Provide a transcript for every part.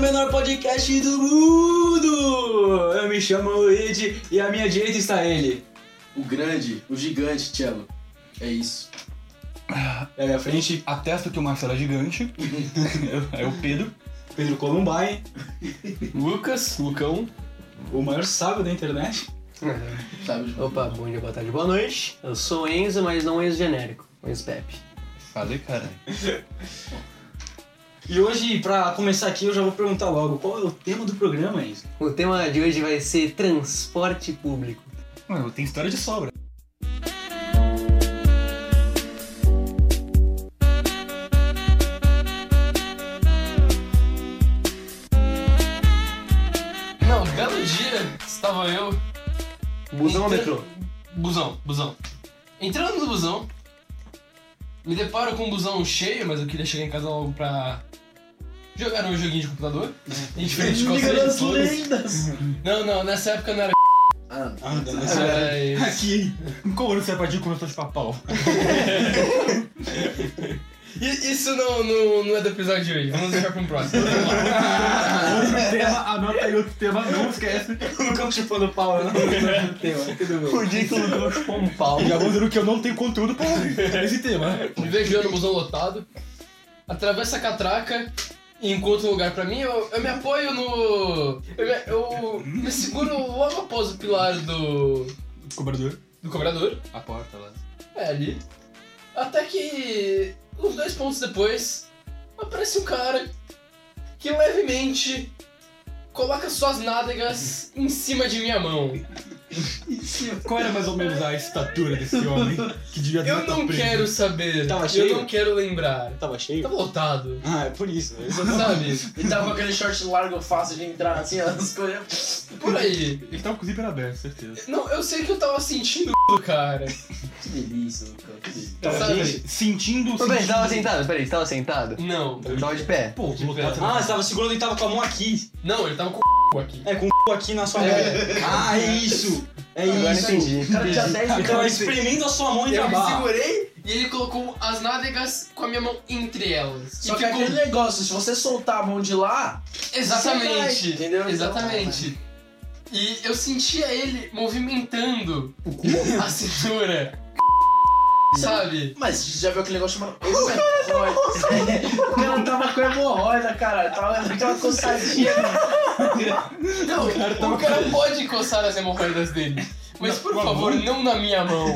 melhor podcast do mundo! Eu me chamo Ed e à minha direita está ele. O grande, o gigante, Cello. É isso. E à minha frente, Atesta que o Marcelo é gigante. é o Pedro. Pedro Columbine, Lucas, Lucão. o maior sábio da internet. Sabe? João? Opa, bom dia, boa tarde, boa noite. Eu sou o Enzo, mas não Enzo genérico. Enzo Pepe. Falei, cara. E hoje, pra começar aqui, eu já vou perguntar logo, qual é o tema do programa, Enzo? O tema de hoje vai ser transporte público. Mano, tem história de sobra. Não, belo dia estava eu. Busão ou metrô? Busão, busão. Entrando no busão, me deparo com um busão cheio, mas eu queria chegar em casa logo pra jogar um joguinho de computador. Em frente com Liga das vocês. lendas! Não, não, nessa época eu não era. Ah, Anda, Mas... Aqui. Em qual ano você é partiu com o de papau? I- Isso não, não, não é do episódio de hoje. Vamos deixar pra um próximo. Vamos lá. Outro tema, anota aí outro tema, não esquece. O Lucão chupando pau, não o tema, tudo bem. dia que o Lucão chupou um pau. Já vou dizendo que eu não tenho conteúdo pra esse tema. Me vejo eu no busão lotado, atravesso a catraca e encontro um lugar pra mim, eu, eu me apoio no. Eu me, eu me seguro logo após o pilar do. Cobrador. do cobrador. A porta lá. É ali. Até que. uns dois pontos depois, aparece um cara que levemente coloca suas nádegas em cima de minha mão. Qual era mais ou menos a estatura desse homem que devia ter Eu tá não quero saber, Tava eu cheio? não quero lembrar. Tava cheio? Tava lotado, Ah, é por isso. Eu só- sabe? ele tava com aquele short largo fácil de entrar, assim, ó, as coisas. Por aí. Ele tava com o zíper aberto, certeza. Não, eu sei que eu tava sentindo cara. Que delícia, cara. Que delícia. Tá, Tava Sabe? cheio? Então, Sentindo o Ô, peraí, você tava sentado? Peraí, você tava sentado? Não. Eu tava de pé. Pô, lotado. Ah, você tava segurando e tava com a mão aqui. Não, ele tava com o c... aqui. É, com o c aqui na sua mão. Ah, é isso! É Agora isso! entendi. O cara tinha entendi. 10 Ele tava minutos. espremendo a sua mão entre a Eu me barra. Segurei, E ele colocou as nádegas com a minha mão entre elas. só e que ficou... aquele negócio, se você soltar a mão de lá, Você vai, Exatamente. entendeu? Então, Exatamente. E eu sentia ele movimentando O cu. a cintura. Sabe? tá mas você já viu aquele negócio chamado hemorroida? O cara tava com hemorroida, cara. Tava naquela coçadinha. Não, o cara pode coçar as hemorroidas dele. Mas por favor, não na minha mão.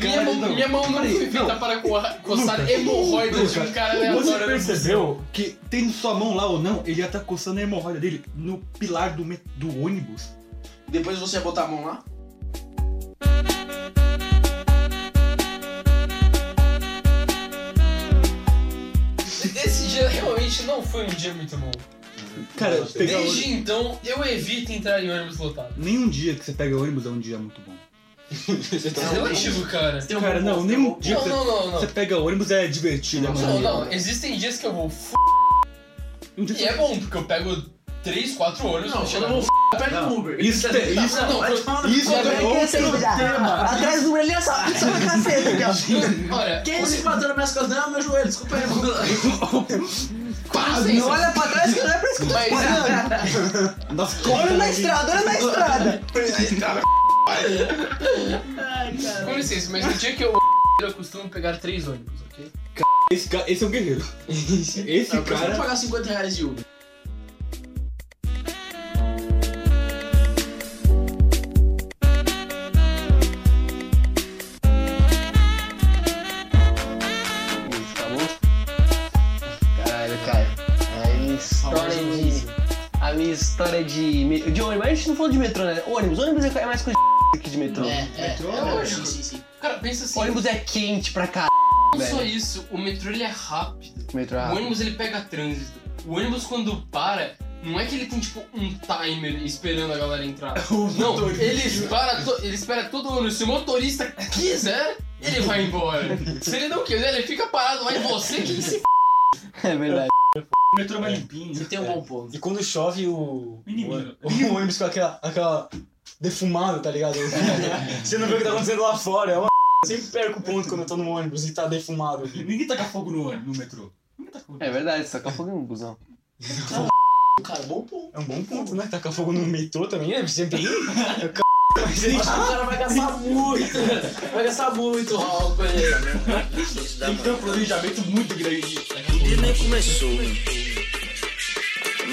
Minha mão, não. minha mão não foi feita para co- coçar Lucas. hemorroidas de um Lucas, cara Você aleatório. percebeu que, tendo sua mão lá ou não, ele ia estar coçando a hemorroida dele no pilar do, me- do ônibus? Depois você ia botar a mão lá. assim. Esse dia realmente não foi um dia muito bom. Cara, pegar Desde então, eu evito entrar em ônibus lotado. nenhum dia que você pega ônibus é um dia muito bom. Isso é relativo, cara. Tem um Cara, não, bom, nenhum tem um dia Não, não, não, Você não. pega ônibus é divertido, é Não, maneiro. não. Existem dias que eu vou f... Um dia E você- é bom, porque eu pego 3, 4 ônibus Não, pra quando chegar. eu vou f***, eu pego no Uber. Isso tem- tá- isso- não, vai tomar no isso cu, é velho. bom. Quem é Outro esse cara? Atrás do ele é só. Isso é cacete, cara. Olha, Quem é esse que bateu nas minhas costas? Não, é meu joelho, desculpa aí. com Não licença, olha pra trás que não é pra escutar. mas... Nossa, Olha como- na estrada, olha na estrada. Com licença, mas no dia que eu eu costumo pegar 3 ônibus, ok? Esse, ca- esse é um guerreiro. Esse Eu prefiro cara. pagar 50 reais de Uber. Caralho, cara. É A minha história de. A minha história de. me- De ônibus. Mas a gente não falou de metrô, né? Ônibus. Ônibus é mais coisa de que de metrô. É, é, Metrô, é, lógico. sim, sim, sim. Cara, pensa assim, Ônibus é quente pra caralho. não só velho. isso, o metrô ele é rápido. Metrô é O rápido. ônibus ele pega trânsito. O ônibus quando para, não é que ele tem tipo um timer esperando a galera entrar. Não, ele para, to- ele espera todo mundo. Se o motorista quiser, ele vai embora. Se ele não quiser, ele fica parado lá em você que se f... É verdade. O metrô é mais limpinho. Você tem um bom ponto. E quando chove, o. Menino. O, o ônibus com aquela, aquela defumada, tá ligado? Você não vê o que tá acontecendo lá fora. É uma... Eu sempre perco o ponto quando eu tô no ônibus e tá defumado. Ninguém taca fogo no, ônibus- no metrô. Ninguém taca fogo. É verdade, só que eu fogo em um busão. Cara, bom ponto. É um bom ponto, né? Tacar fogo no metrô também é sempre. Ah, Eu acho que o cara vai gastar muito. Vai gastar muito álcool né? aí. Tem que ter um planejamento muito grande. Ele nem começou.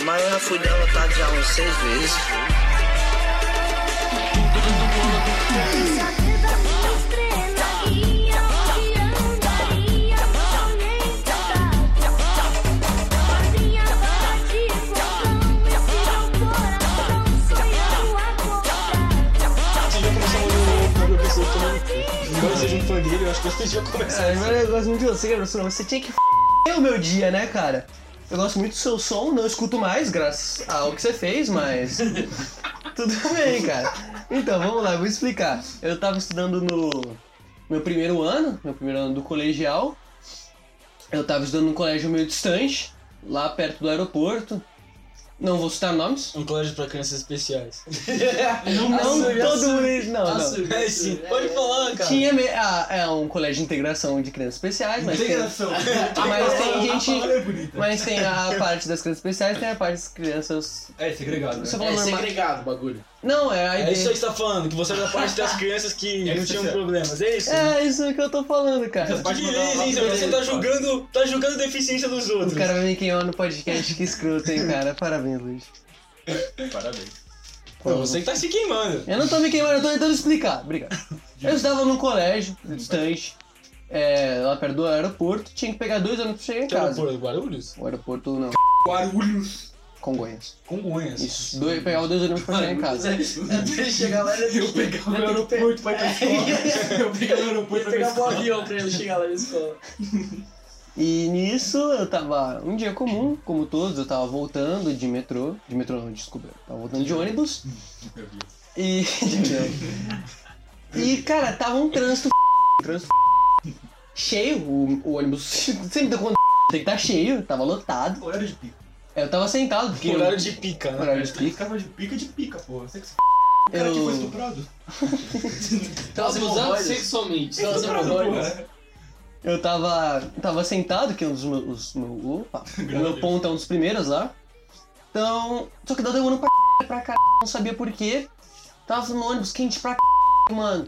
Mas eu já fui derrotado já umas seis vezes. Você já começou a olhar uma pessoa tomando. Embora seja um fangueiro, eu acho que você já começou. Cara, mas eu gosto muito de você, Gabriel. Você tinha que f o meu dia, né, cara? Eu gosto muito do seu som, não escuto mais, graças ao que você fez, mas. Tudo bem, cara. Então, vamos lá, vou explicar. Eu tava estudando no meu primeiro ano, meu primeiro ano do colegial. Eu tava estudando num colégio meio distante, lá perto do aeroporto. Não vou citar nomes. Um colégio pra crianças especiais. Não, assume, todo assume. mundo. Não, não. Assume, É assume. sim, né? pode falar, cara. Tinha me- ah, é um colégio de integração de crianças especiais, mas tem, ah, Integração. mas tem gente. A palavra é bonita. Mas tem a parte das crianças especiais, tem a parte das crianças. É segregado, né? Você É falou normal. segregado o bagulho. Não, é a É isso ideia. aí que você tá falando, que você é da parte das crianças que É não isso, tinham é. problemas, é isso? É isso que eu tô falando, cara. Que isso, hein, Você tá julgando, tá julgando a deficiência dos outros. O cara vai me queimar no podcast, que escroto, hein, cara. Parabéns, Luiz. Parabéns. Pô, você que tá se queimando. Eu não tô me queimando, eu tô tentando explicar. Obrigado. Eu estava num colégio distante, é, lá perto do aeroporto, tinha que pegar dois anos pra chegar em Que era casa. por Guarulhos? O aeroporto não, Guarulhos. Congonhas. Congonhas. Isso, dois, pegar dois anos pra chegar em casa. Até ele chegar lá, ele Eu pegava no aeroporto pra ir pra escola. Eu pegava no aeroporto pra ir pegar pra um escola. avião pra ele chegar lá na escola. E nisso eu tava um dia comum, como todos, eu tava voltando de metrô. De metrô não, desculpa. eu Tava voltando de ônibus. E. de avião. e, cara, tava um trânsito. f- trânsito f- cheio, o, o ônibus. Sempre deu conta. Tem que tá cheio, tava lotado. Horário de pica. Eu tava sentado, porque. Horário de pica, né? horário de pico. Ficava de pica de pica, porra. Você que se f... O cara que foi Eu. estuprado. Tá abusando hemorroidas. sexualmente. Tem umas hemorroidas. Eu tava, tava sentado, que é um dos meus. os meu- opa, o meu ponto é um dos primeiros lá. Então. Só que deu demorando pra c... pra caralho, não sabia porquê. Tava no ônibus quente pra c... mano.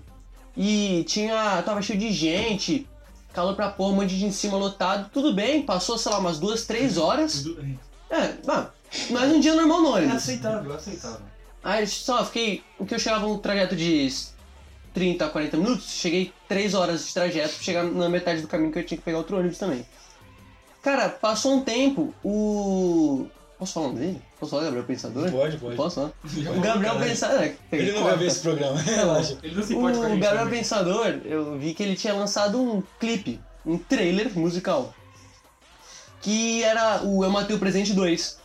E tinha. Tava cheio de gente, calor pra porra, um monte de gente em cima lotado. Tudo bem, passou, sei lá, umas duas, três horas. Tudo bem. É, mano, mas um dia normal no É ônibus. aceitável, é aceitável. Aí Ah, só fiquei. O que eu chegava um trajeto de 30 a 40 minutos, cheguei 3 horas de trajeto pra chegar na metade do caminho que eu tinha que pegar outro ônibus também. Cara, passou um tempo, o. Posso falar o nome dele? Posso falar Gabriel Pensador? Pode, pode. Posso não? O Gabriel Pensador. é, Ele não vai ver esse programa, relaxa. Ele não se importa com a O gente. né? Gabriel também. Pensador, eu vi que ele tinha lançado um clipe, um trailer musical. Que era o Eu Matei o Presente 2.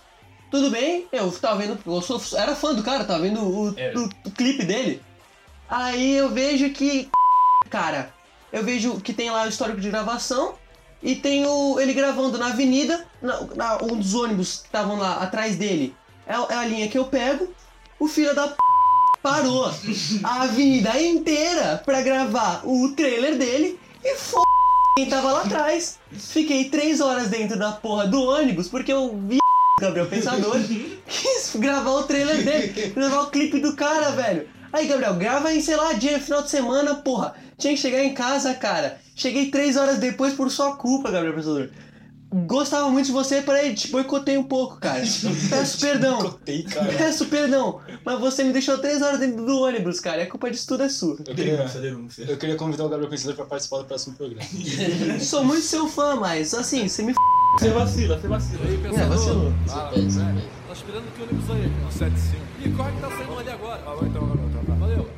Tudo bem, eu tava vendo. Eu sou, era fã do cara, tava vendo o, Era. o- o clipe dele. Aí eu vejo que. Cara, eu vejo que tem lá o histórico de gravação. E tem o, ele gravando na avenida, na- na- um dos ônibus que estavam lá atrás dele. É, a- é a linha que eu pego. O filho da p... parou a avenida inteira pra gravar o trailer dele e f... quem tava lá atrás. Fiquei três horas dentro da porra do ônibus porque eu vi Gabriel Pensador quis gravar o trailer dele, gravar o clipe do cara, velho. Aí, Gabriel, grava aí, sei lá, dia, final de semana, porra. Tinha que chegar em casa, cara. Cheguei três horas depois por sua culpa, Gabriel Pensador. Gostava muito de você, peraí, te boicotei um pouco, cara. Peço perdão. Cotei, cara. Peço perdão, É, mas você me deixou três horas dentro do ônibus, cara. E a culpa disso tudo é sua. Eu queria, Denúncia, denúncia. eu queria convidar o Gabriel Pensador pra participar do próximo programa. Sou muito seu fã, mas assim, você me f. Você vacila, você vacila. É, vacilou. Tá esperando que ônibus aí, É cara. 75. E corre que tá saindo ali agora. Falou então, tá garoto. Valeu.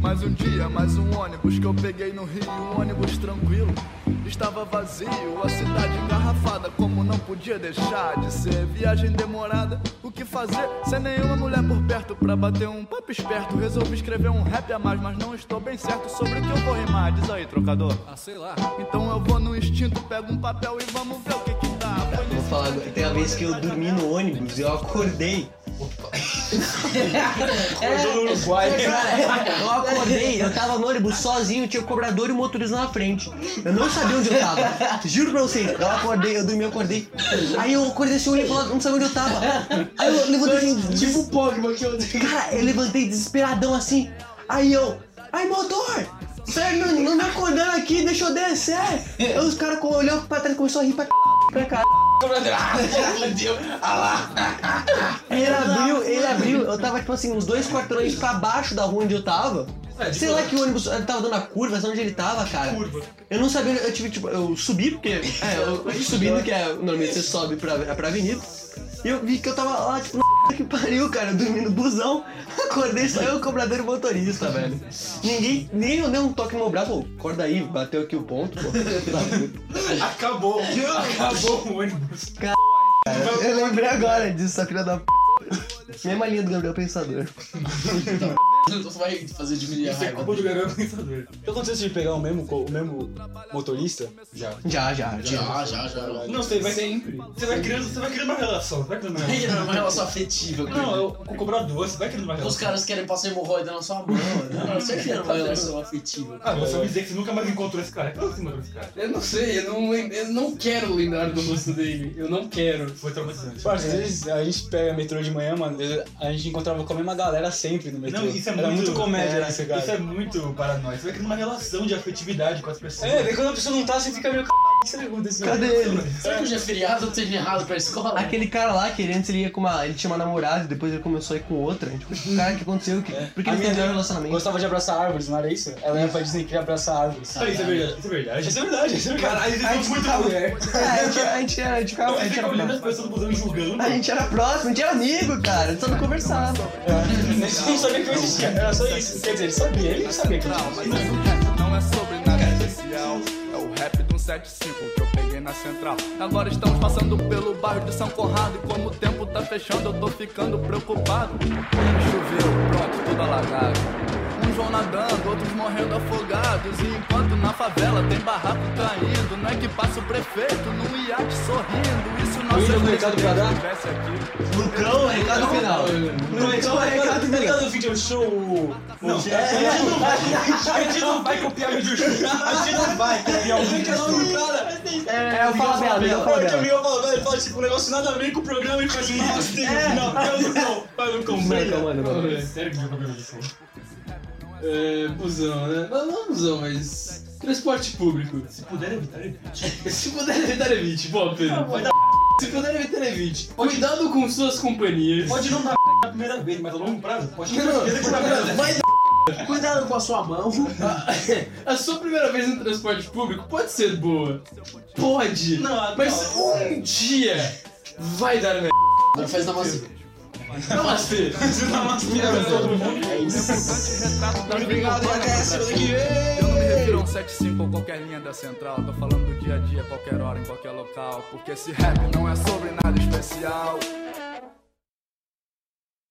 Mais um dia, mais um ônibus que eu peguei no Rio, um ônibus tranquilo. Estava vazio, a cidade engarrafada, como não podia deixar de ser. Viagem demorada, o que fazer? Sem nenhuma mulher por perto pra bater um papo esperto. Resolvi escrever um rap a mais, mas não estou bem certo sobre o que eu vou rimar. Diz aí, trocador. Ah, sei lá. Então eu vou no instinto, pego um papel e vamos ver o que que dá. Foi Vou nesse falar instante agora. que Tem uma eu vez que eu olhei pra dormi no janela. ônibus, eu acordei. Acordou no Uruguai. Cara, eu acordei, eu tava no ônibus sozinho, tinha o cobrador e o motorista na frente. Eu não sabia onde eu tava. Juro pra vocês, eu acordei, eu dormi, eu acordei. Aí eu acordei assim, olhei pra lá, não sabia onde eu tava. Aí eu levantei assim, Tipo o Pogba que eu Cara, eu levantei desesperadão assim. Aí eu, ai motor, sério, não, não me acordando aqui, deixa eu descer. Aí os caras olhou pra trás e começou a rir pra c... pra cá. Ele abriu, ele abriu, eu tava tipo assim, uns dois quarteirões pra baixo da rua onde eu tava. Sei lá que o ônibus ele tava dando a curva, sei onde ele tava, cara. Curva. Eu não sabia, eu tive tipo, eu subi, porque. É, eu subi, né, que é. Normalmente você sobe pra, pra avenida. E eu vi que eu tava lá, tipo, na que pariu, cara, eu dormi no busão. Acordei, saiu o cobrador e o motorista, velho. Ninguém, nem eu dei um toque no meu braço, pô, acorda aí, bateu aqui o ponto, pô. Acabou. Acabou o ônibus. Eu lembrei agora disso, essa filha da p. Mesma linha do Gabriel Pensador. Então você vai fazer diminuir a raiva. Acabou do garoto pensador. Já aconteceu de Então, pegar o mesmo, co- o mesmo motorista? Já, já, já. Já, já, já. Não, você vai sempre. Você vai criando, você vai criando uma relação. Você vai criando uma Aí relação. era é uma relação afetiva com Não, ele. eu com o cobrador, você vai criando uma Os relação. caras querem passar hemorroida na sua mão. né? Não, você que era uma relação afetiva. Ah, você vai dizer que você nunca mais encontrou esse cara. Como você encontrou esse cara? Eu não sei, eu não, lem- eu não quero lembrar do rosto dele. Eu não quero. Foi traumatizante. Parça, às vezes a gente pega metrô de manhã, mano, a gente encontrava com a mesma galera sempre no metrô. Não, isso é Era muito, comédia é, isso, cara. Isso é muito paranoia. Você vai criando uma relação de afetividade com as pessoas. É, daí quando a pessoa não tá, você fica meio c******, o que você pergunta isso? Cadê ele? Será que hoje é feriado? Eu tô indo errado pra escola? Aquele cara lá que ele antes ele ia com uma. Ele tinha uma namorada, depois ele começou a ir com outra. Tipo, o cara que aconteceu, que, por que É. A minha ele perdeu o amiga relacionamento? Gostava de abraçar árvores, não era isso? Ela ia pra Disney que ia abraçar árvores. Ah, isso é verdade, isso é verdade. Isso é verdade, isso é verdade. Caralho, eles são muito mulher. É, a gente, a gente era, a gente ficava- Então você a gente fica era olhando as pessoas próximo. no busão e julgando. A gente era próximo, a gente era amigo, cara. Só não conversava. A gente não sabia que eu existia, era só isso. Quer dizer, ele sabia, ele não sabia que eu existia. Mas isso rap não é sobre nada especial. É o rap de um 75 que eu peguei na central. Agora estamos passando pelo bairro de São Conrado. E como o tempo tá fechando, eu tô ficando preocupado. Choveu, pronto, tudo alagado. Um João nadando, outros morrendo afogados. E enquanto na favela tem barraco caindo, não é que passa o prefeito num iate sorrindo. Isso nosso William, recado pra dar? estivesse aqui. Lucão, recado final. então Lucão, é recado final. Mercado Vídeo Show! Não, né? a gente não vai, a gente não vai copiar vídeo show. A gente não vai copiar o vídeo show. É, eu falo bela, eu falo Olha que o bela. Miguel falou, velho, fala tipo um negócio nada a ver com o programa e faz um nosso tem no final. Vai, Lucão, vai, Lucão, brilha. É, sério que É, busão, né? Não, não busão, mas. Transporte público. Se puder evitar, evite. Se puder evitar, evite. Bom, Pedro. Se puder evitar, evite. Cuidado com suas companhias. Pode não dar na primeira vez, mas a longo prazo pode Não, não, não, vai dar. Cuidado com a sua mão. A sua primeira vez no transporte público pode ser boa. Pode. Não, mas um dia vai dar merda. Agora faz assim. namastê. Namastê. Retrato da vida. Eu não me refiro a um 75 ou qualquer linha da central. Tô falando do dia a dia, qualquer hora, em qualquer local. Porque esse rap não é sobre nada especial.